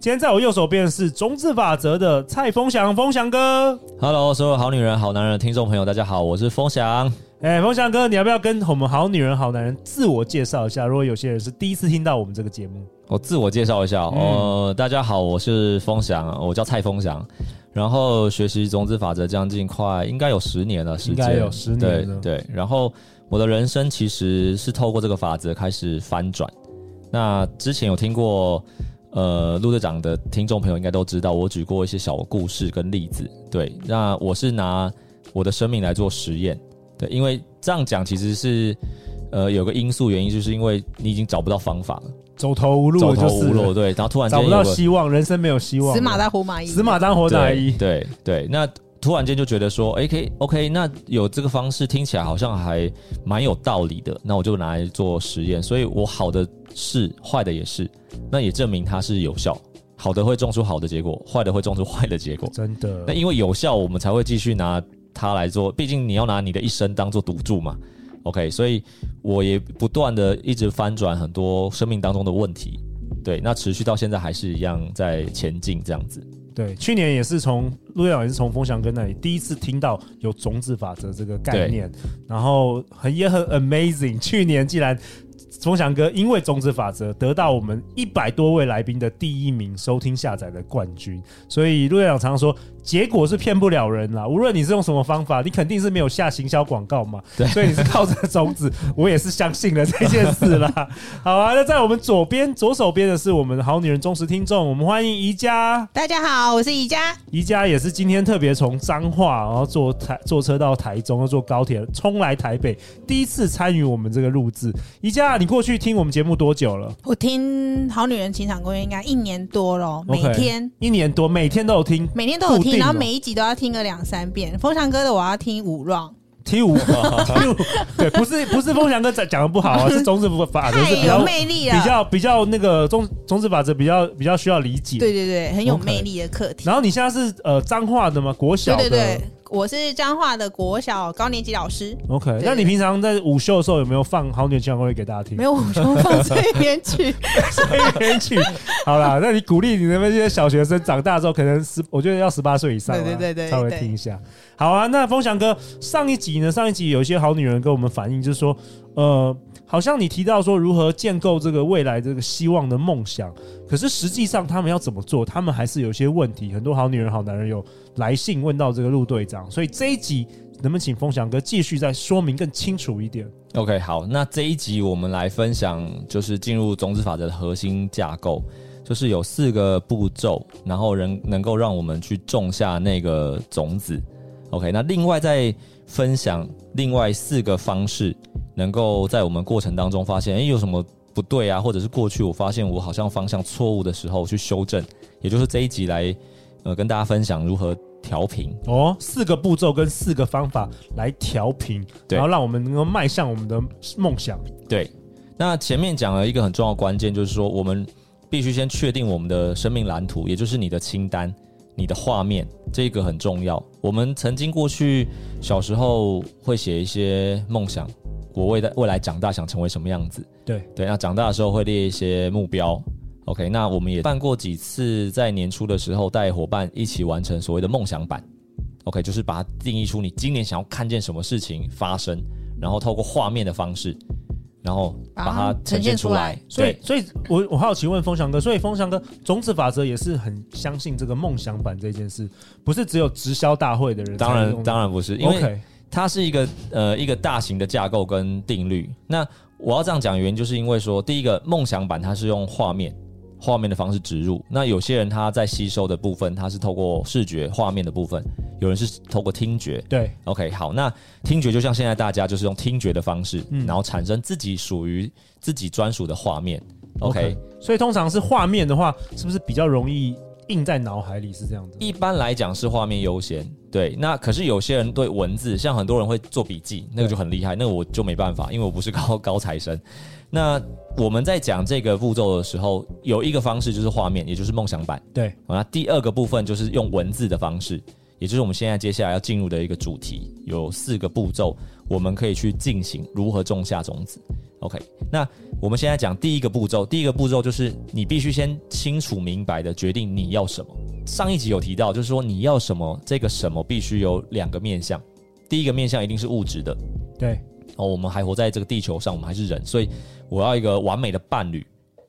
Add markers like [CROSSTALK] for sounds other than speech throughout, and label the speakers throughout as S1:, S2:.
S1: 今天在我右手边是中字法则的蔡风祥，风祥哥。
S2: Hello，所有好女人、好男人的听众朋友，大家好，我是风翔。
S1: 哎、风祥哥，你要不要跟我们好女人、好男人自我介绍一下？如果有些人是第一次听到我们这个节目，嗯
S2: 我哦自我介绍一下，呃，大家好，我是风翔，我叫蔡风翔，然后学习种子法则将近快应该有十年了，时间
S1: 应该有10年了
S2: 对对，然后我的人生其实是透过这个法则开始翻转。那之前有听过，呃，陆队长的听众朋友应该都知道，我举过一些小故事跟例子。对，那我是拿我的生命来做实验，对，因为这样讲其实是，呃，有个因素原因，就是因为你已经找不到方法了。
S1: 走投无路
S2: 走
S1: 就
S2: 投
S1: 是
S2: 无路，
S1: 了
S2: 对，然后突然
S1: 找
S2: 间
S1: 不
S2: 有
S1: 到
S2: 个
S1: 希望，人生没有希望，
S3: 死马当活马医，
S1: 死马当活马医。
S2: 对对，那突然间就觉得说，哎、可以 OK，那有这个方式听起来好像还蛮有道理的，那我就拿来做实验，所以我好的是，坏的也是，那也证明它是有效，好的会种出好的结果，坏的会种出坏的结果，
S1: [LAUGHS] 真的
S2: 那，因为有效，我们才会继续拿它来做，毕竟你要拿你的一生当做赌注嘛。OK，所以我也不断的一直翻转很多生命当中的问题，对，那持续到现在还是一样在前进这样子。
S1: 对，去年也是从陆队长也是从风翔哥那里第一次听到有种子法则这个概念，然后很也很 amazing。去年既然风翔哥因为种子法则得到我们一百多位来宾的第一名收听下载的冠军，所以陆队长常说，结果是骗不了人啦。无论你是用什么方法，你肯定是没有下行销广告嘛，
S2: 对
S1: 所以你是靠着种子，我也是相信了这件事啦。好啊，那在我们左边左手边的是我们的好女人忠实听众，我们欢迎宜家。
S3: 大家好，我是宜家。
S1: 宜家也是今天特别从彰化，然后坐台坐车到台中，又坐高铁冲来台北，第一次参与我们这个录制。宜家，你过去听我们节目多久了？
S3: 我听《好女人情场攻略》应该一年多了，每
S1: OK
S3: 天
S1: 一年多，每天都有听，
S3: 每天都有
S1: 固定
S3: 听，
S1: 哦
S3: 然后每一集都要听个两三遍。风翔哥的我要听五 round，
S1: 听五听五，对，不是不是风翔哥讲讲的不好啊，是中指法则
S3: 太
S1: 是比
S3: 有
S1: 较
S3: 魅力
S1: 比
S3: 了，
S1: 较比较那个中中指法则比较比较需要理解。
S3: 对对对，很有
S1: OK
S3: 魅力的课题。
S1: 然后你现在是呃彰化的吗？国小
S3: 对
S1: 的。
S3: 对对，我是彰化的国小高年级老师，
S1: OK，
S3: 对
S1: 那你平常在午休的时候有没有放《好女人情感攻略》给大家听
S3: 没？有我说放催眠曲，
S1: 编曲。好啦，那你鼓励你们这些小学生长大之后，可能十，我觉得要十八岁以上啦，
S3: 对对对对
S1: 稍微听一下。好啊，那风翔哥，上一集呢，上一集有一些好女人跟我们反映，就是说，呃，好像你提到说如何建构这个未来这个希望的梦想，可是实际上他们要怎么做，他们还是有一些问题。很多好女人、好男人有来信问到这个陆队长，所以这一集能不能请风翔哥继续再说明更清楚一点？
S2: OK，好，那这一集我们来分享，就是进入种子法则的核心架构，就是有四个步骤，然后能能够让我们去种下那个种子。OK，那另外再分享另外四个方式，能够在我们过程当中发现，诶，有什么不对啊，或者是过去我发现我好像方向错误的时候去修正，也就是这一集来呃跟大家分享如何调频。
S1: 哦，四个步骤跟四个方法来调频，
S2: 对
S1: 然后让我们能够迈向我们的梦想。
S2: 对，那前面讲了一个很重要的关键，就是说我们必须先确定我们的生命蓝图，也就是你的清单、你的画面，这个很重要。我们曾经过去小时候会写一些梦想，我未来未来长大想成为什么样子。
S1: 对
S2: 对，那长大的时候会列一些目标。OK，那我们也办过几次，在年初的时候带伙伴一起完成所谓的梦想版。OK，就是把它定义出你今年想要看见什么事情发生，然后透过画面的方式，然后把
S3: 把它
S2: 它呈现出来。
S1: 所以
S2: 对，，
S1: 所以我我好奇问风翔哥，所以风翔哥种子法则也是很相信这个梦想版这件事，不是只有直销大会的人才
S2: 当
S1: 能
S2: 然
S1: 用
S2: 当然不是，因为
S1: OK
S2: 它是一个呃一个大型的架构跟定律。那我要这样讲，原因就是因为说，第一个梦想版它是用画面画面的方式植入，那有些人他在吸收的部分，他是透过视觉画面的部分，有人是透过听觉。
S1: 对
S2: OK，好，那听觉就像现在大家就是用听觉的方式，
S1: 嗯
S2: 然后产生自己属于自己专属的画面。OK，,
S1: OK，所以通常是画面的话，是不是比较容易？印在脑海里是这样子。
S2: 一般来讲是画面优先，对。那可是有些人对文字，像很多人会做笔记，那个就很厉害，那个我就没办法，因为我不是高 [LAUGHS] 高材生。那我们在讲这个步骤的时候，有一个方式就是画面，也就是梦想版。
S1: 对，
S2: 好，那第二个部分就是用文字的方式，也就是我们现在接下来要进入的一个主题，有四个步骤，我们可以去进行如何种下种子。OK，那我们现在讲第一个步骤，第一个步骤就是你必须先清楚明白的决定你要什么。上一集有提到，就是说你要什么，这个什么必须有两个面向，第一个面向一定是物质的，
S1: 对，
S2: 哦，我们还活在这个地球上，我们还是人，所以我要一个完美的伴侣。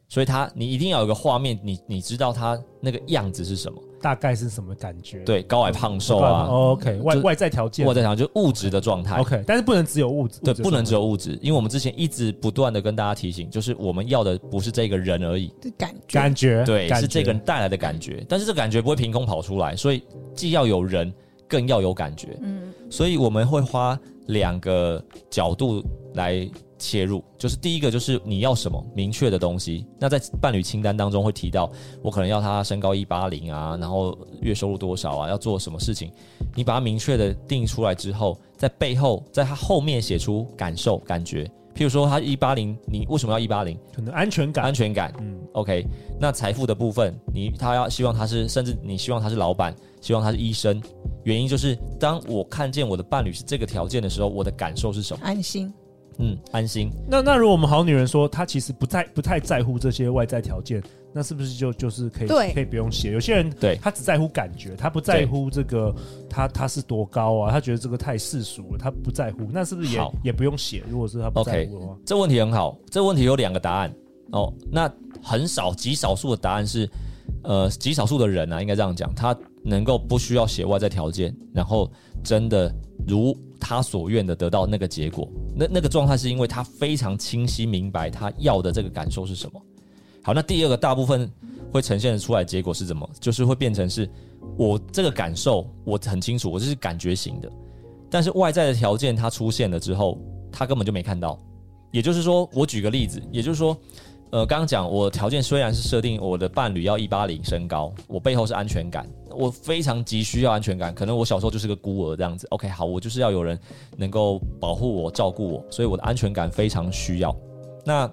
S2: 所以他，你一定要有一个画面，你你知道他那个样子是什么？
S1: 大概是什么感觉？
S2: 对，高矮胖瘦
S1: 哦
S2: 啊，
S1: ，OK，外
S2: 就
S1: 外在条件
S2: 我在想就是物质的状态。
S1: ，OK，但是不能只有物质，
S2: 对
S1: 物，质
S2: 不能
S1: 状态
S2: 只有物质，因为我们之前一直不断的跟大家提醒，就是我们要的不是这个人而已，
S3: 这感觉
S1: 感觉，
S2: 对，
S1: 感
S2: 是
S1: 觉
S2: 这个人带来的感觉，但是这个感觉不会凭空跑出来，所以既要有人，更要有感觉。
S3: 嗯，
S2: 所以我们会花两个角度来切入，就是第一个就是你要什么明确的东西。那在伴侣清单当中会提到，我可能要他身高一八零啊，然后月收入多少啊，要做什么事情，你把它明确的定出来之后，在背后在他后面写出感受感觉。譬如说他一八零，你为什么要一八零？
S1: 可能安全感
S2: 安，全感，
S1: 嗯，
S2: OK，那财富的部分，你他要希望他是，甚至你希望他是老板，希望他是医生，原因就是当我看见我的伴侣是这个条件的时候，我的感受是什么？
S3: 安心。
S2: 嗯，安心。
S1: 那那如果我们好女人说她其实不太不太在乎这些外在条件，那是不是就就是可以
S3: 对
S1: 可以不用写？有些人
S2: 对
S1: 她只在乎感觉，她不在乎这个她她是多高啊，她觉得这个太世俗了，她不在乎，那是不是也
S2: 好
S1: 也不用写？如果是她不在乎的话，
S2: 这问题很好，这问题有两个答案哦。那很少极少数的答案是，呃，极少数的人啊，应该这样讲，他能够不需要写外在条件，然后真的如他所愿的得到那个结果。那那个状态是因为他非常清晰明白他要的这个感受是什么。好，那第二个大部分会呈现出来的结果是怎么？就是会变成是我这个感受我很清楚，我这是感觉型的，但是外在的条件它出现了之后，他根本就没看到。也就是说，我举个例子，也就是说，呃，刚刚讲我条件虽然是设定我的伴侣要一八零身高，我背后是安全感，我非常急需要安全感。可能我小时候就是个孤儿这样子。OK，好，我就是要有人能够保护我、照顾我，所以我的安全感非常需要。那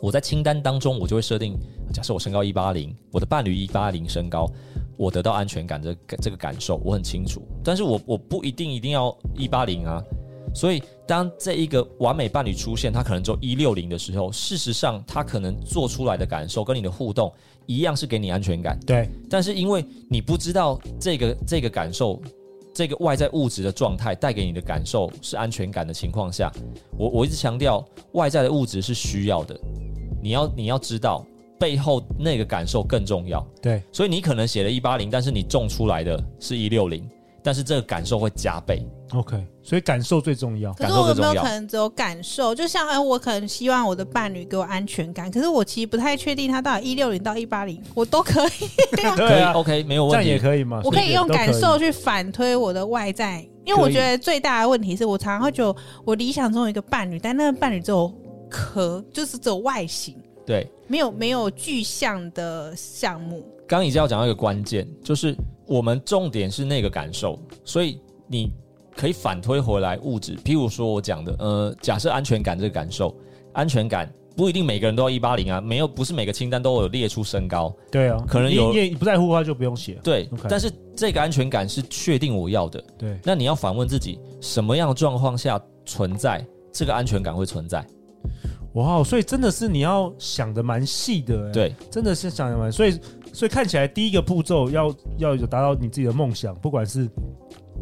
S2: 我在清单当中，我就会设定，啊假设我身高一八零，我的伴侣一八零身高，我得到安全感这个这个感受，我很清楚。但是我我不一定一定要一八零啊，所以，当这一个完美伴侣出现，他可能只有一六零的时候，事实上他可能做出来的感受跟你的互动一样是给你安全感，
S1: 对
S2: 但是因为你不知道这个这个感受，这个外在物质的状态带给你的感受是安全感的情况下，我我一直强调外在的物质是需要的，你要你要知道背后那个感受更重要。
S1: 对
S2: 所以你可能写了一八零，但是你种出来的是一六零，但是这个感受会加倍。
S1: ，OK，所以感受最重要。
S3: 可是
S2: 感受
S3: 我有
S2: 最
S3: 没有
S2: 重要
S3: 可能只有感受？就像哎、我可能希望我的伴侣给我安全感，可是我其实不太确定他到底一六零到一八零，我都可以，
S2: 可
S1: 对
S2: 以
S1: 啊，
S2: ，OK，没有
S1: 这
S2: 问
S1: 样
S2: 题。
S1: 也啊可以嘛？
S3: 我可以用
S1: 都
S3: 感受去反推我的外在，因为我觉得最大的问题是我常常会觉得我理想中有一个伴侣，但那个伴侣只有壳，就是只有外形，
S2: 对，
S3: 没有没有具象的项目。
S2: 刚刚已经要讲到一个关键，就是我们重点是那个感受，所以你可以反推回来物质。譬如说我讲的，呃，假设安全感这个感受，安全感不一定每个人都要一八零啊，没有不是每个清单都有列出身高，
S1: 对啊，
S2: 可能有
S1: 你你也不在乎的话就不用写。
S2: 对
S1: OK
S2: 但是这个安全感是确定我要的。
S1: 对
S2: 那你要反问自己，什么样的状况下存在这个安全感会存在？
S1: 哇哦，所以真的是你要想的蛮细的、欸，，
S2: 对，
S1: 真的是想的蛮，所以所以看起来第一个步骤要要有达到你自己的梦想，不管是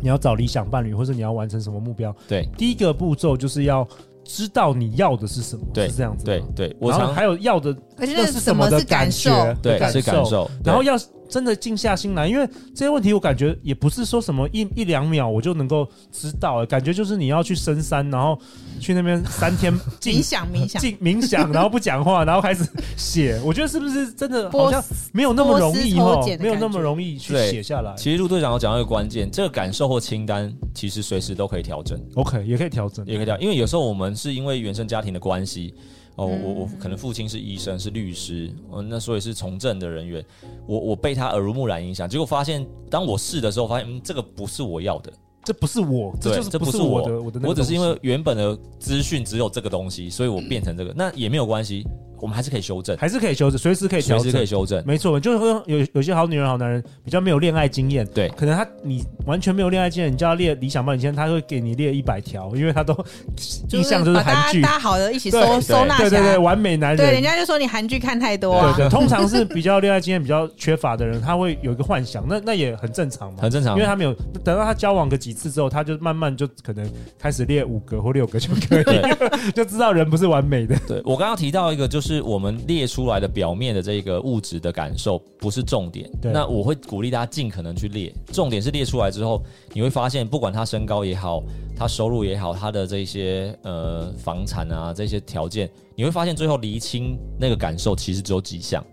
S1: 你要找理想伴侣，或者你要完成什么目标，
S2: 对，
S1: 第一个步骤就是要知道你要的是什么，
S2: 对
S1: 是这样子，
S2: 对，，对，我
S1: 然后
S2: 常
S1: 还有要的
S3: 而且
S1: 那是什么的
S3: 是感
S1: 觉
S3: 受？，
S2: 对是感，受，
S1: 然后
S2: 对
S1: 要真的静下心来，因为这些问题我感觉也不是说什么一一两秒我就能够知道、欸，感觉就是你要去深山，然后去那边三天 [LAUGHS]
S3: 冥
S1: 静
S3: 想冥想，
S1: 静冥想，然后不讲话，然后开始写。我觉得是不是真的好
S3: 波
S1: 像没有那么容易
S3: 波斯
S1: 哦
S3: 抽检，的
S1: 没有那
S3: 感
S1: 么
S3: 觉
S1: 容易去
S2: 对
S1: 写下来。
S2: 其实陆队长有讲到一个关键，这个感受或清单其实随时都可以调整，
S1: OK，也可以调整。
S2: 也可以调，因为有时候我们是因为原生家庭的关系，哦，
S1: 嗯
S2: 我我可能父亲是医生，是律师，哦，那所以是从政的人员，我我被他耳濡目染影响，结果发现，当我试的时候，发现嗯，这个不是我要的，
S1: 这不是我，
S2: 对，
S1: 就是
S2: 这
S1: 不
S2: 是
S1: 我的，我的那个
S2: 我只是因为
S1: 东西
S2: 原本的资讯只有这个东西，所以我变成这个，那也没有关系，我们还是可以修正，
S1: 还是可以修正，随时可以调
S2: 随
S1: 整
S2: 时可以。修正，
S1: 没错，就是说有有些好女人、好男人比较没有恋爱经验，
S2: 对
S1: 可能他你完全没有恋爱经验，你叫他列理想伴侣现在他会给你列一百条，因为他都 [LAUGHS]
S3: 就
S1: 印象就是
S3: 把大
S1: 韩
S3: 家
S1: 剧，
S3: 搭好的一起收
S1: 对
S3: 收纳起
S1: 对
S3: 来。
S1: 对对，完美男
S3: 对人
S1: 人。
S3: 家就说你韩剧看太多
S1: 对
S3: 啊。
S1: 对，通常是比较恋爱经验比较缺乏的人，他会有一个幻想，那那也很正常嘛
S2: 很，正常，
S1: 因为他没有等到他交往个几次之后，他就慢慢就可能开始列五个或六个就可以， [LAUGHS] 就知道人不是完美的。
S2: 对我刚刚提到一个，就是我们列出来的表面的这个物质的感受不是重点。
S1: 对
S2: 那我会鼓励大家尽可能去列，重点是列出来之后，你会发现，不管他身高也好，他收入也好，他的这些呃房产啊这些条件，你会发现最后厘清那个感受其实只有几项。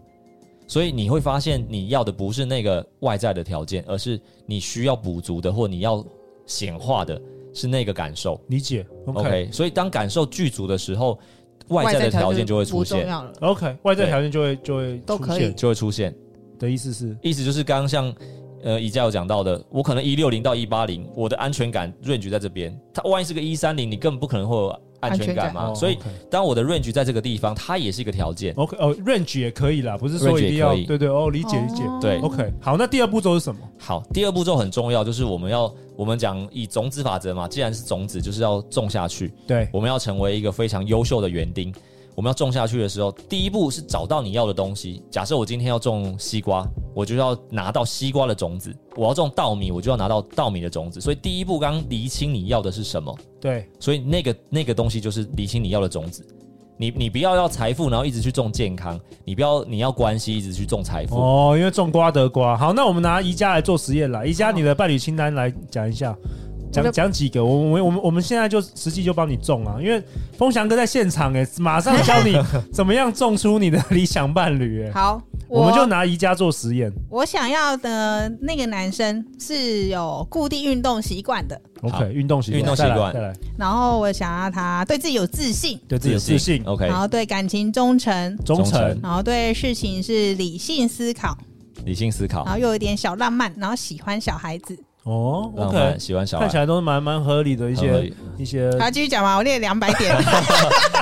S2: 所以你会发现，你要的不是那个外在的条件，而是你需要补足的，或你要显化的是那个感受。
S1: 理解
S2: OK，所以当感受具足的时候，外在的条件就会出
S3: 不重
S2: 现，
S3: 要了。
S1: OK，外在条件就会就会
S3: 都
S1: 出
S3: 可以
S1: 现
S2: 就会出现。
S1: 的意思是，
S2: 意思就是刚刚像呃宜家有讲到的，我可能一六零到一八零，我的安全感 range 在这边，它万一是个一三零，你根本不可能会有安全感嘛。
S1: 哦
S2: 所以
S1: OK
S2: 当我的 range 在这个地方，它也是一个条件。
S1: OK 哦，range 也可以啦，不是说
S2: range
S1: 一定要
S2: 也可以
S1: 对对哦，理解理解。
S3: 哦
S2: 对
S1: OK，好，那第二步骤是什么？
S2: 好，第二步骤很重要，就是我们要我们讲以种子法则嘛，既然是种子，就是要种下去。
S1: 对
S2: 我们要成为一个非常优秀的园丁。我们要种下去的时候，第一步是找到你要的东西。假设我今天要种西瓜，我就要拿到西瓜的种子；我要种稻米，我就要拿到稻米的种子。所以第一步，刚刚厘清你要的是什么，
S1: 对
S2: 所以那个那个东西就是厘清你要的种子。你你不要要财富，然后一直去种健康；你不要你要关系，一直去种财富。
S1: 哦，因为种瓜得瓜。好，那我们拿宜家来做实验啦。宜家
S3: 好
S1: 你的伴侣清单来讲一下，
S3: 我
S1: 讲
S3: 的
S1: 讲几个。我们我们我们现在就实际就帮你种啊，因为风翔哥在现场哎、马上
S2: [LAUGHS]
S1: 教你怎么样种出你的理想伴侣哎、
S3: 好，
S1: 我们就拿宜家做实验。
S3: 我想要的那个男生是有固定运动习惯的，
S2: 好
S1: OK，运动习惯，
S2: 运动习
S1: 再来
S2: 惯
S1: 再来，
S3: 然后我想要他对自己有自信，
S1: 对自己有自信、
S2: ，OK，
S3: 然后对感情忠诚，
S1: 忠
S2: 忠
S1: 诚
S2: 诚。
S3: 然后对事情是理性思考，
S2: 理性思考
S3: 然，后又有一点小浪漫，然后喜欢小孩子。
S1: 哦
S2: 浪
S1: ，OK，
S2: 漫，喜欢小
S1: 看起
S2: 孩，
S1: 来都是蛮蛮合理的一
S2: 很合
S1: 些
S2: 理
S1: 一些。
S3: 好，继续讲吧，我列两百
S1: [LAUGHS]
S3: 点。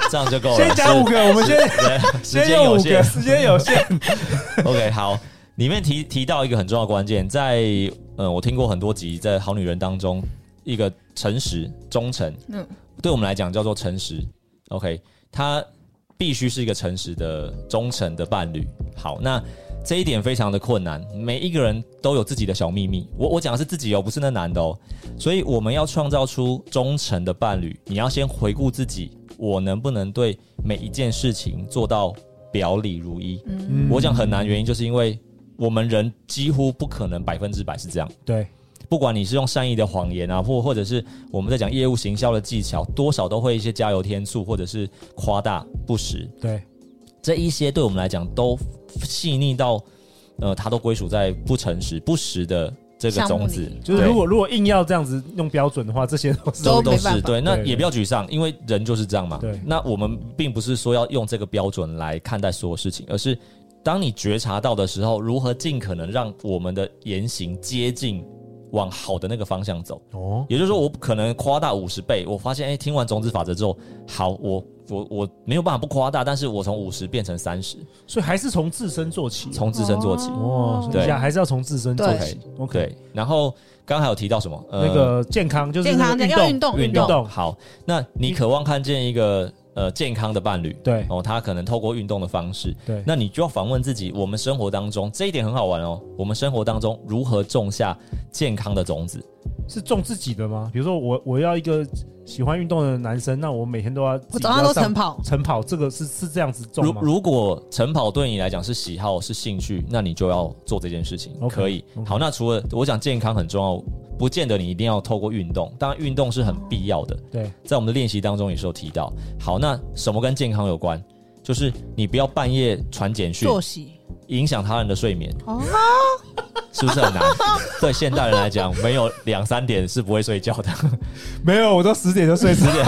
S2: 这样就够了。
S1: 先讲五个，我们先
S2: 是，时
S1: 先
S2: 间
S1: 用
S2: 有
S1: 五个，
S2: 限。
S1: 时间有限。
S2: OK，好，里面提提到一个很重要的关键，在嗯，我听过很多集，在《好女人》当中，一个诚实、忠诚，
S3: 嗯，
S2: 对我们来讲叫做诚实。OK，他必须是一个诚实的、忠诚的伴侣。好，那这一点非常的困难，每一个人都有自己的小秘密。我我讲的是自己哦，不是那男的哦。所以我们要创造出忠诚的伴侣，你要先回顾自己，我能不能对每一件事情做到表里如一？
S1: 嗯
S2: [LAUGHS] 我讲很难，原因就是因为我们人几乎不可能百分之百是这样。
S1: 对，
S2: 不管你是用善意的谎言啊，或或者是我们在讲业务行销的技巧，多少都会一些加油添醋，或者是夸大不实，
S1: 对，
S2: 这一些对我们来讲都细腻到，呃，它都归属在不诚实、不实的这个种
S3: 项
S2: 子
S3: 目里。
S1: 就是
S2: 对
S1: 如果如果硬要这样子用标准的话，这些都是
S3: 都
S2: 都
S3: 没办
S2: 是
S3: 法
S2: 对，那
S1: 对
S2: 也不要沮丧，因为人就是这样嘛。
S1: 对
S2: 那我们并不是说要用这个标准来看待所有事情，而是当你觉察到的时候，如何尽可能让我们的言行接近往好的那个方向走。
S1: 哦，
S2: 也就是说，我可能夸大五十倍，我发现哎、诶听完种子法则之后，好，我我我没有办法不夸大，但是我从五十变成三十，
S1: 所以还是从自身做起。
S2: 从自身做起。
S1: 哦，
S2: 对
S1: 对，还是要从自身做起。OK，
S2: 对，然后刚刚还有提到什么？呃
S1: 那个健康就是
S3: 健康
S1: 那个
S3: 要运动，
S2: 运
S1: 运动
S2: 动哦好，那你渴望看见一个呃健康的伴侣，
S1: 对
S2: 哦，他可能透过运动的方式，
S1: 对，
S2: 那你就要反问自己，我们生活当中这一点很好玩哦，我们生活当中如何种下健康的种子，
S1: 是种自己的吗？比如说我我要一个喜欢运动的男生，那我每天都要
S3: 我早上都晨
S1: 晨
S3: 跑，
S1: 晨跑，这个是是这样子种
S2: 如
S1: 吗？
S2: 如果晨跑对你来讲是喜好是兴趣，那你就要做这件事情
S1: OK，
S2: 可以。
S1: OK
S2: 好，那除了我讲健康很重要，不见得你一定要透过运动，当然运动是很必要的，
S1: 对，
S2: 在我们的练习当中也是有提到。好，那什么跟健康有关？就是你不要半夜传简讯，
S3: 作息
S2: 影响他人的睡眠，
S3: 哦，
S2: 是不是很
S1: [LAUGHS]
S2: 难？对现代人来讲，没有两三点是不会睡觉的。
S1: 没有，我都十点就 [LAUGHS] 睡
S2: 十点，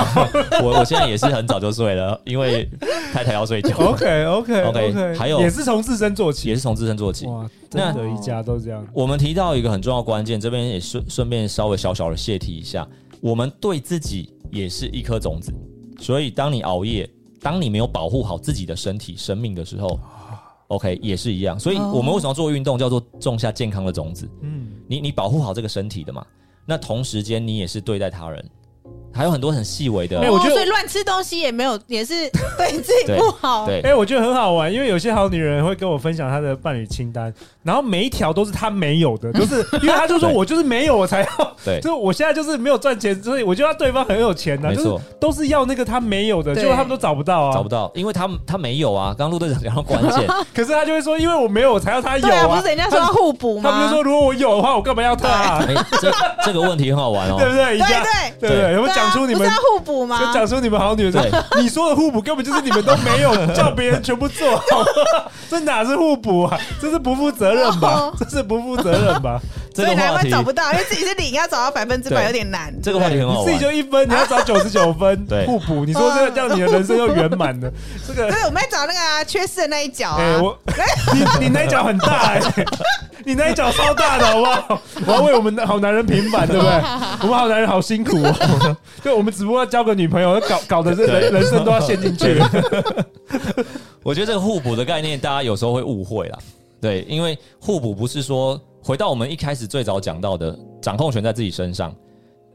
S2: 我我现在也是很早就睡了，因为太太要睡觉，
S1: [LAUGHS]
S3: [LAUGHS]
S1: OK OK
S2: OK，还有
S1: 也是从自身做
S2: 也
S1: 起。
S2: 是从自身做起。
S1: 哇，
S2: 那
S1: 真的，一家都这样。
S2: 我们提到一个很重要的关键，这边也顺顺便稍微小小的泄题一下，我们对自己也是一颗种子，所以当你熬夜，当你没有保护好自己的身体、生命的时候，OK
S1: 啊
S2: 也是一样。所以我
S1: 哦
S2: 们为什么要做运动，叫做种下健康的种子？
S1: 嗯，
S2: 你你保护好这个身体的嘛，那同时间你也是对待他人，还有很多很细微的。
S1: 哎我觉得
S3: 所以乱吃东西也没有，也
S1: [LAUGHS]
S3: 是对自己
S2: 对
S3: 不好。
S2: 对
S1: 哎、我觉得很好玩，因为有些好女人会跟我分享她的伴侣清单，然后每一条都是她没有
S2: [LAUGHS]
S1: 的，就是因为她就说
S2: 对
S1: 我就是没有，我才要，
S2: 对
S1: [LAUGHS] 就是我现在就是没有赚钱，所以我就要对方很有钱呐、
S2: 没
S1: 就
S2: 错
S1: 是都是要那个她没有的，
S3: 对
S1: 结果他们都找不到啊，
S2: 找不到，因为他们他没有啊。刚刚陆队长讲到关键，
S1: 可是她就会说，因为我没有，我才要她有
S3: 对啊，不是人家说要互补
S1: 他们
S3: 吗
S1: 就？说，如果我有的话，我干嘛要她、啊？
S2: 哎，这这个问题很好玩哦。
S1: [LAUGHS] 对不对？一
S3: 对
S1: 家
S3: 对
S1: 对不对？有没有讲出你
S3: 对啊不
S1: 们
S3: 是要互补吗？
S1: 就讲出你们好女人，
S2: 对
S1: 你说的互补根本就是你们都没有叫别人全部做好，这哪是互补啊？这是不负责任吧
S3: 哦？
S1: 这是不负责任吧？
S2: 这
S3: 所以
S2: 个
S3: 难
S2: 话
S3: 怪
S2: 题，
S3: 找不到，因为自己是零，要找到百分之百
S2: 对
S3: 有点难。
S2: 这个话题很好
S1: 你自己
S2: 玩。
S1: 就一分，你要找九十九分，
S2: 对
S1: 互补。你说这个让你的人生就圆满了，这个
S3: 对，我们在找那个啊缺失的那一角
S1: 哎、
S3: 啊。
S1: 我你你那一脚很大哎、你那一脚超大的好不好？我要为我们的好男人平反，对不对？我们好男人好辛苦哦。对，我们只不过要交个女朋友，搞搞得这人人生都要陷进去。
S2: 我觉得这个互补的概念，大家有时候会误会啦。对，因为互补不是说回到我们一开始最早讲到的，掌控权在自己身上。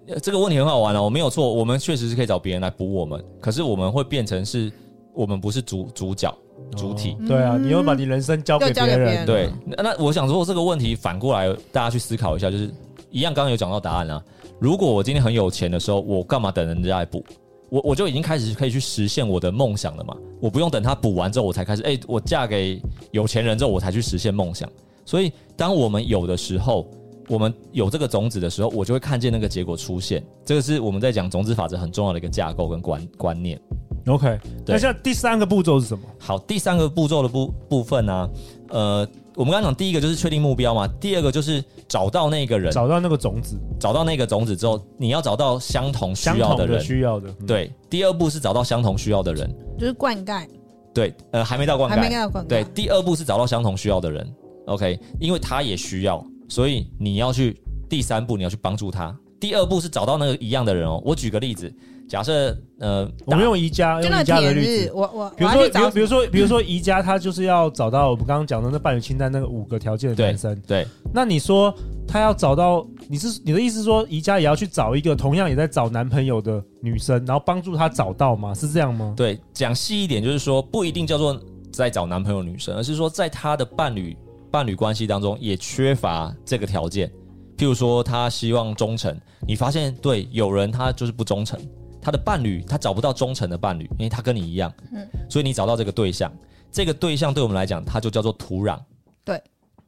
S2: 呃这个问题很好玩哦，没有错，我们确实是可以找别人来补我们，可是我们会变成是我们不是主主角主体。
S1: 对啊，你又把你人生交给
S3: 要交给
S1: 别
S3: 别
S1: 人
S3: 人，
S2: 对，那那我想说这个问题反过来，大家去思考一下，就是一样，刚刚有讲到答案啊。如果我今天很有钱的时候，我干嘛等人家来补？我我就已经开始可以去实现我的梦想了嘛，我不用等他补完之后我才开始，哎、我嫁给有钱人之后我才去实现梦想。所以当我们有的时候，我们有这个种子的时候，我就会看见那个结果出现。这个是我们在讲种子法则很重要的一个架构跟观观念。
S1: OK，
S2: 对
S1: 那像第三个步骤是什么？
S2: 好，第三个步骤的部部分呢、呃，我们刚刚讲第一个就是确定目标嘛，第二个就是找到那个人，找
S1: 找到那个种子，
S2: 到那个种子之后，你要找到相同需
S1: 相
S2: 要
S1: 同
S2: 的
S1: 的
S2: 人。
S1: 需要的。嗯，
S2: 对，第二步是找到相同需要的人。
S3: 就是灌溉，
S2: 对，呃，还没到灌
S3: 还没
S2: 溉。
S3: 看到灌溉。
S2: 对，第二步是找到相同需要的人。OK，因为他也需要，所以你要去第三步，你要去帮助他。第二步是找到那个一样的人哦。我举个例子，假设呃，
S1: 我们用宜家，
S3: 就
S1: 用
S3: 那
S1: 宜家
S3: 铁
S1: 的例
S3: 日
S1: 子，。
S3: 我我
S1: 比
S3: 我要
S1: 如
S3: 去
S1: 说，比如
S3: 找
S1: 比如说，比如说，宜家他就是要找到我们刚刚讲的那伴侣清单那个五个条件的
S2: 对
S1: 男生。
S2: 对
S1: 那你说他要找到，你是你的意思是说，宜家也要去找一个同样也在找男朋友的女生，然后帮助她找到吗？是这样吗？
S2: 对，讲细一点，就是说不一定叫做在找男朋友女生，而是说在她的伴侣伴侣关系当中也缺乏这个条件。譬如说，她希望忠诚，你发现对有人他就是不忠诚，他的伴侣他找不到忠诚的伴侣，因为他跟你一样，
S3: 嗯
S2: 所以你找到这个对象，这个对象对我们来讲，它就叫做土壤。
S3: 对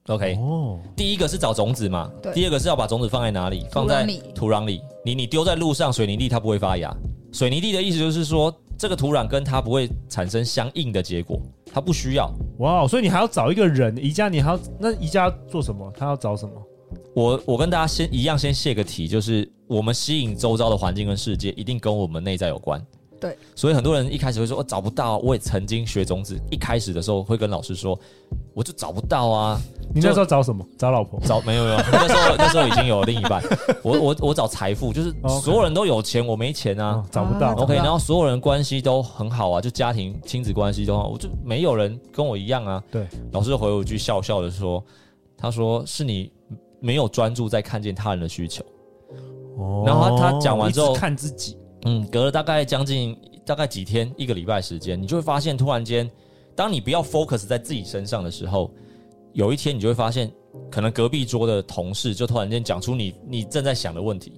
S2: ，OK，、
S1: 哦，
S2: 第一个是找种子嘛，
S3: 对
S2: 第二个是要把种子放在哪里？放在
S3: 里
S2: 土壤里。你你丢在路上，水泥地它不会发芽。水泥地的意思就是说，这个土壤跟它不会产生相应的结果，它不需要。
S1: 哇哦，所以你还要找一个人，宜家你还要那宜家做什么？他要找什么？
S2: 我我跟大家先一样先泄个题，就是我们吸引周遭的环境跟世界，一定跟我们内在有关。
S3: 对，
S2: 所以很多人一开始会说，我、哦找不到。我也曾经学种子，一开始的时候会跟老师说，我就找不到啊。
S1: 你那时候找什么？找老婆。
S2: 找没有没有， [LAUGHS] 那时候那时候已经有另一半。我我我找财富，就是
S1: 哦 OK
S2: 所有人都有钱，我没钱啊。
S1: 哦找不到
S3: 啊
S2: OK，
S3: 对
S2: 然后所有人关系都很好啊，就家庭亲子关系都好，我就没有人跟我一样啊。
S1: 对，
S2: 老师回我一句笑笑的说，他说是你没有专注在看见他人的需求。
S1: 哦
S2: 然后他他讲完之后
S1: 一直看自己，
S2: 嗯，隔了大概将近大概几天，一个礼拜时间，你就会发现，突然间，当你不要 focus 在自己身上的时候，有一天你就会发现，可能隔壁桌的同事就突然间讲出你你正在想的问题，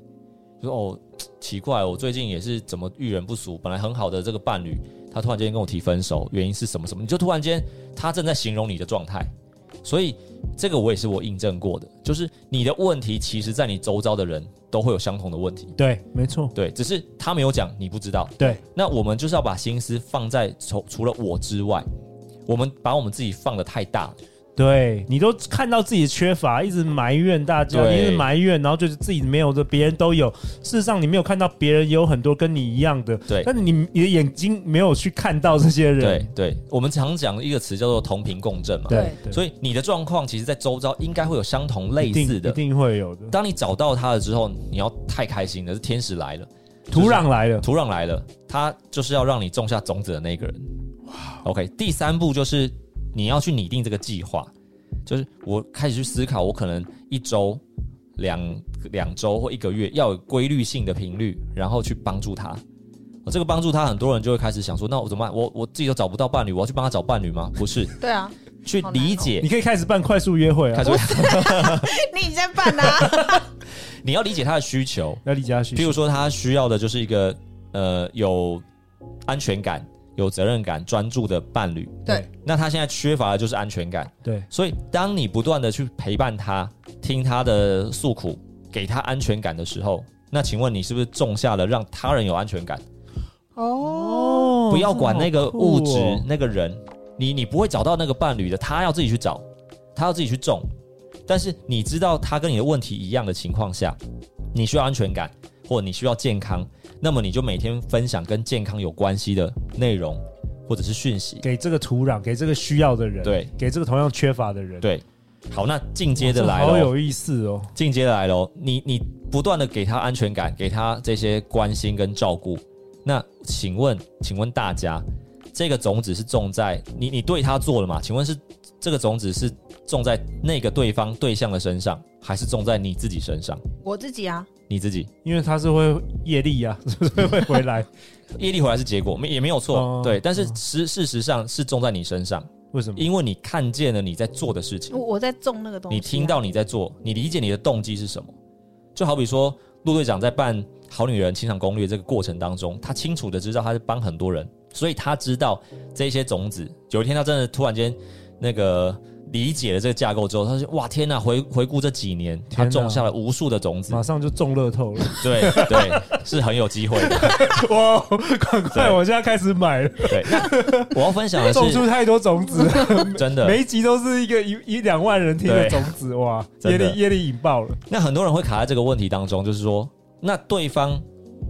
S2: 就说哦，奇怪，我最近也是怎么遇人不淑，本来很好的这个伴侣，他突然间跟我提分手，原因是什么什么？你就突然间他正在形容你的状态，所以这个我也是我印证过的，就是你的问题，其实在你周遭的人都会有相同的问题。
S1: 对，没错，
S2: 对，只是他没有讲，你不知道。
S1: 对，
S2: 那我们就是要把心思放在除除了我之外，我们把我们自己放的太大了。
S1: 对你都看到自己的缺乏，一直埋怨大家，
S2: 对
S1: 你一直埋怨，然后就是自己没有的，别人都有。事实上，你没有看到别人也有很多跟你一样的，
S2: 对
S1: 但是你你的眼睛没有去看到这些人，
S2: 对对，我们常讲一个词叫做同频共振嘛。
S1: 对，
S2: 所
S1: 以
S2: 以你的状况，其实在周遭应该会有相同类
S1: 一
S2: 似
S1: 定一
S2: 的。
S1: 定会有的。
S2: 当你找到它了之后，你要太开心了，是天使来了，
S1: 土壤来了，
S2: 土壤来了，它就是要让你种下种子的那个人。哇，OK，第三步就是你要去拟定这个计划，就是我开始去思考，我可能一周、两两周或一个月要有规律性的频率，然后去帮助他。我这个帮助他，很多人就会开始想说，那我怎么办？我我自己都找不到伴侣，我要去帮他找伴侣吗？不是，
S3: 对啊，
S2: 去
S3: 好难
S2: 理
S3: 哦
S2: 解
S1: 你可以开始办快速约会
S2: 开
S1: 啊，
S2: 始会
S3: [LAUGHS] 你已经在办啊啦，
S2: 你要理解他的需求，
S1: 那李佳旭，
S2: 譬如说他需要的就是一个呃有安全感、有责任感、专注的伴侣。
S3: 对，
S2: 那他现在缺乏的就是安全感，
S1: 对
S2: 所以当你不断的去陪伴他、听他的诉苦、给他安全感的时候，那请问你是不是种下了让他人有安全感？
S3: [LAUGHS] 哦，
S1: 哦
S2: 不要管那个物质、
S1: 这好酷哦
S2: 那个人，你你不会找到那个伴侣的，他要自己去找，他要自己去种。但是你知道他跟你的问题一样的情况下，你需要安全感，或你需要健康，那么你就每天分享跟健康有关系的内容或者是讯息。
S1: 给这个土壤，给这个需要的人，
S2: 对，
S1: 给这个同样缺乏的人，，
S2: 对，好，那进阶的来
S1: 好
S2: 了，
S1: 有意思哦。
S2: 进阶的来了，你你不断的给他安全感，给他这些关心跟照顾。那请问，请问大家，这个种子是种在你你对他做了嘛？请问是这个种子是种在那个对方对象的身上，还是种在你自己身上？
S3: 我自己啊，
S2: 你自己
S1: 因为他是会业力啊， [LAUGHS] 所以会回来。
S2: 业力回来是结果，没也没有错，
S1: 哦
S2: 对。但是
S1: 哦
S2: 实事实上是种在你身上，
S1: 为什么？
S2: 因为你看见了你在做的事情
S3: 我。我在种那个东西啊，
S2: 你听到你在做，你理解你的动机是什么？就好比说，陆队长在办《好女人情场攻略》这个过程当中，他清楚的知道他是帮很多人，所以他知道这些种子。有一天，他真的突然间那个理解了这个架构之后，他说：“哇，天哪！回回顾这几年，他
S1: 天哪
S2: 种下了无数的种子
S1: 马。上就中乐透了，
S2: [LAUGHS] 对对，是很有机会的。
S1: 哇！赶快，我现在开始买了， [LAUGHS]
S2: 对，那我要分享的
S1: 种出
S2: 是
S1: 太多种子了，
S2: 真的，
S1: [LAUGHS] 每一集都是一个一一两万人听的
S2: 对
S1: 种子，哇！
S2: [LAUGHS] 真
S1: 业
S2: 的
S1: 力业力引爆了，
S2: 那很多人会卡在这个问题当中，就是说，那对方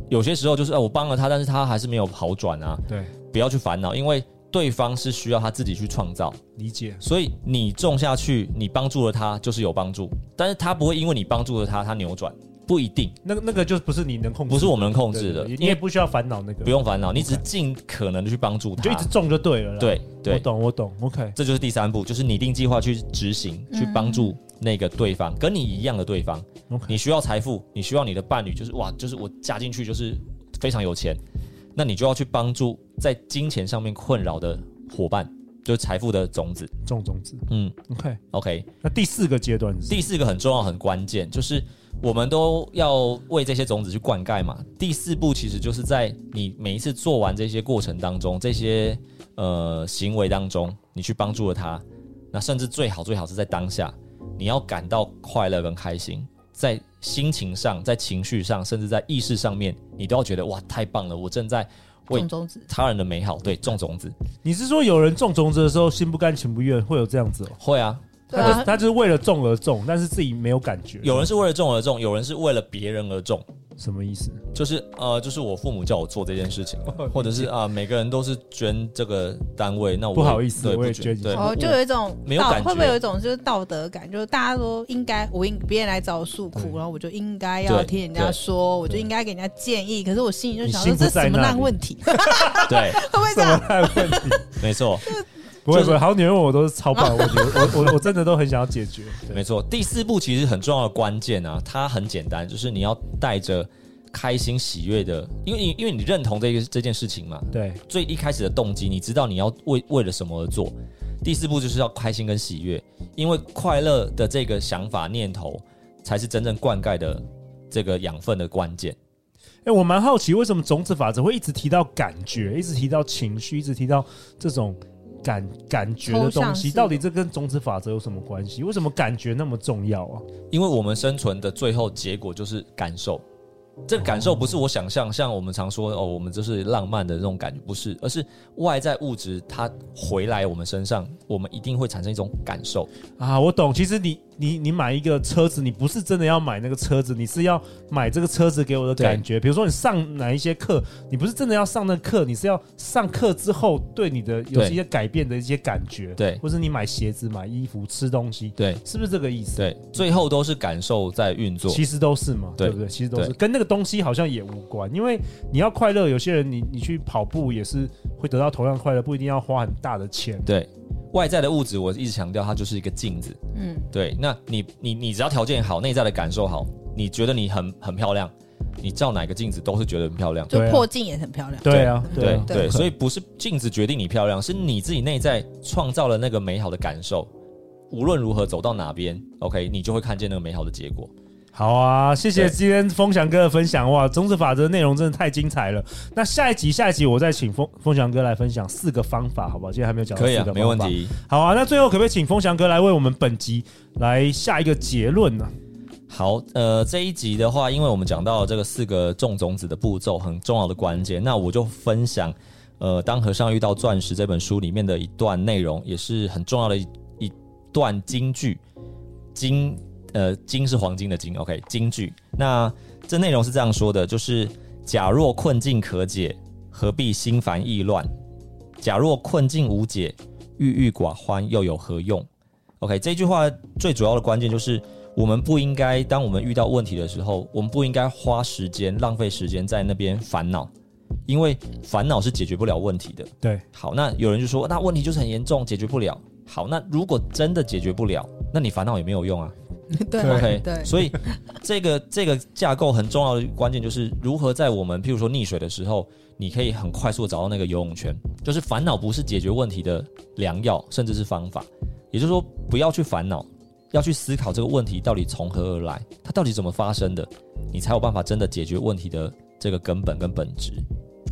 S2: 有些时候就是，呃，我帮了他，但是他还是没有好转啊。
S1: 对，
S2: 不要去烦恼，因为对方是需要他自己去创造，
S1: 理解。
S2: 所以你种下去，你帮助了他就是有帮助，但是他不会因为你帮助了他，他扭转，不一定，
S1: 那个那个就不是你能控制，
S2: 不是我们能控
S1: 对
S2: 制
S1: 对
S2: 的，
S1: 对你
S2: 因
S1: 也
S2: 为
S1: 不需要烦恼那个，
S2: 不用烦恼，你只是尽可能的去帮助
S1: 你就一
S2: 他
S1: 直。种就对了啦。，
S2: 对
S1: 我
S2: 对，
S1: 懂我懂，OK。
S2: 这就是第三步，就是拟定计划去执行，去帮助那个对方，跟你一样的对方
S1: OK。
S2: 你需要财富，你需要你的伴侣，就是哇，就是我嫁进去就是非常有钱，那你就要去帮助在金钱上面困扰的伙伴，就是财富的种子。
S1: 种种子
S2: 嗯
S1: ，OK。
S2: ，OK。
S1: 那第四个阶段是什么
S2: 第四个很重要、很关键，就是我们都要为这些种子去灌溉嘛。第四步其实就是在你每一次做完这些过程当中，这些呃行为当中，你去帮助了他，那甚至最好最好是在当下，你要感到快乐跟开心，在心情上、在情绪上，甚至在意识上面，你都要觉得哇太棒了，我正在为
S3: 种种子，
S2: 他人的美好对种种子。
S1: 你是说有人种种子的时候心不甘情不愿，会有这样子哦？
S2: 会啊，
S3: 对
S1: 他就
S3: 啊，
S1: 他就是为了种而种，但是自己没有感觉，
S2: 有人是为了种而种，有人是为了别人而种。
S1: 什么意思？
S2: 就是呃，就是我父母叫我做这件事情，
S1: 哦
S2: 或者是啊、每个人都是捐这个单位，那我
S1: 不好意思
S2: 对，
S1: 我也
S2: 不捐
S1: 捐一
S2: 对，
S1: 下
S3: 哦，
S2: 我
S3: [LAUGHS] 就有一种
S2: 没有
S3: 道
S2: 感觉
S3: 会不会有一种就是道德感？就是大家都应该，我应别人来找我诉苦，
S1: 嗯
S3: 然后我就应该要
S2: 对
S3: 听人家
S2: 对
S3: 说，我就应该给人家建议。可是我心里就想说，
S1: 你心不
S3: 这
S1: 在
S3: 什么
S1: 那
S3: 烂
S1: 里
S3: 问题？ [LAUGHS]
S2: 对，
S3: 会不会这
S1: 什么
S3: 样？
S1: 烂问题？
S2: 没错，
S1: [LAUGHS] 不会不会，好女人我都是超棒
S3: 啊
S1: 的问题，我我我我真的都很想要解决。
S2: 没错。第四步其实很重要的关键啊，它很简单，就是你要带着开心喜悦的，因为你因为你认同这个这件事情嘛，
S1: 对，
S2: 最一开始的动机，你知道你要为为了什么而做。第四步就是要开心跟喜悦，因为快乐的这个想法念头才是真正灌溉的这个养分的关键。
S1: 哎，我蛮好奇为什么种子法则会一直提到感觉，一直提到情绪，一直提到这种感感觉的
S3: 抽
S1: 东
S3: 象
S1: 西，
S3: 式
S1: 到底这跟种子法则有什么关系？为什么感觉那么重要啊？
S2: 因为我们生存的最后结果就是感受，这个感受不是我想象，像我们常说哦，我们就是浪漫的那种感觉，不是，而是外在物质它回来我们身上，我们一定会产生一种感受。
S1: 啊，我懂。其实你你你买一个车子，你不是真的要买那个车子，你是要买这个车子给我的感觉。比如说你上哪一些课，你不是真的要上那课，你是要上课之后对你的有
S2: 对
S1: 一些改变的一些感觉。
S2: 对
S1: 或是你买鞋子、买衣服、吃东西，
S2: 对
S1: 是不是这个意思？
S2: 对，最后都是感受在运作。
S1: 其实都是嘛，
S2: 对
S1: 对不对？其实都是
S2: 对
S1: 跟那个东西好像也无关，因为你要快乐，有些人你你去跑步也是会得到同样的快乐，不一定要花很大的钱。
S2: 对，外在的物质我一直强调，它就是一个镜子。
S3: 嗯，
S2: 对，那你你你只要条件好，内在的感受好，你觉得你很很漂亮，你照哪个镜子都是觉得很漂亮。
S3: 就
S1: 对啊
S3: 破镜也很漂亮。
S1: 对啊，
S2: 对
S1: 啊
S2: 对，所以不是镜子决定你漂亮，是你自己内在创造了那个美好的感受。无论如何走到哪边，OK，你就会看见那个美好的结果。
S1: 好啊，谢谢
S2: 对
S1: 今天风翔哥的分享哇，种子法则的内容真的太精彩了。那下一集下一集我再请风风翔哥来分享四个方法，好不好？今天还没有讲到
S2: 可
S1: 四
S2: 以
S1: 个
S2: 啊
S1: 方法，，
S2: 没问。题。
S1: 好啊，那最后可不可以请风翔哥来为我们本集来下一个结论呢、
S2: 好，呃，这一集的话，因为我们讲到这个四个种种子的步骤很重要的关键，那我就分享，呃，《当和尚遇到钻石》这本书里面的一段内容，也是很重要的一一段金句，金呃金是黄金的金，OK，金句。那这内容是这样说的，就是假若困境可解，何必心烦意乱？假若困境无解，郁郁寡欢又有何用？OK，这句话最主要的关键就是。我们不应该，当我们遇到问题的时候，我们不应该花时间、浪费时间在那边烦恼，因为烦恼是解决不了问题的。
S1: 对，
S2: 好，那有人就说，那问题就是很严重，解决不了。好，那如果真的解决不了，那你烦恼也没有用啊。
S3: [LAUGHS] 对
S2: OK，
S3: 对，
S2: 所以这个这个架构很重要的关键就是如何在我们譬如说溺水的时候，你可以很快速地找到那个游泳圈。就是烦恼不是解决问题的良药，甚至是方法。也就是说，不要去烦恼，要去思考这个问题到底从何而来，它到底怎么发生的，你才有办法真的解决问题的这个根本跟本质。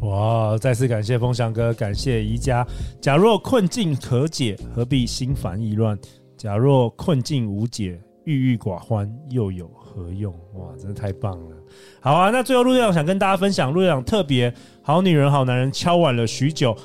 S1: 哇！再次感谢风翔哥，感谢宜家。假若困境可解，何必心烦意乱？假若困境无解，郁郁寡欢又有何用？哇，真的太棒了！好啊，那最后陆队长想跟大家分享，陆队长特别《好女人好男人》敲碗了许久。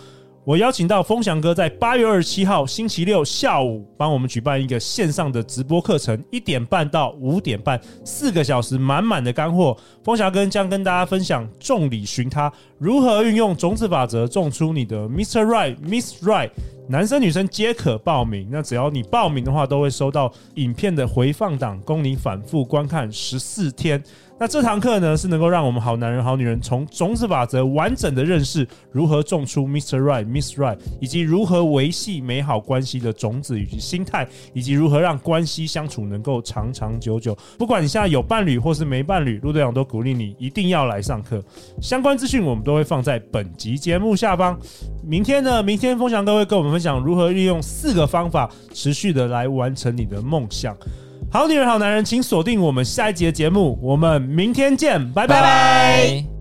S1: 我邀请到风翔哥在八月二十七号星期六下午帮我们举办一个线上的直播课程，一点半到五点半，四个小时满满的干货。风翔哥将跟大家分享众里寻他如何运用种子法则种出你的 Mr. Right、Miss Right，男生女生皆可报名。那只要你报名的话，都会收到影片的回放档，供你反复观看十四天。那这堂课呢，是能够让我们好男人、好女人从种子法则完整的认识如何种出 Mr. Right、Miss Right，以及如何维系美好关系的种子以及心态，以及如何让关系相处能够长长久久。不管你现在有伴侣或是没伴侣，陆队长都鼓励你一定要来上课。相关资讯我们都会放在本集节目下方。明天呢，明天风翔哥会跟我们分享如何利用四个方法持续的来完成你的梦想。好女人、好男人，请锁定我们下一集的节目，我们明天见，拜拜
S2: 拜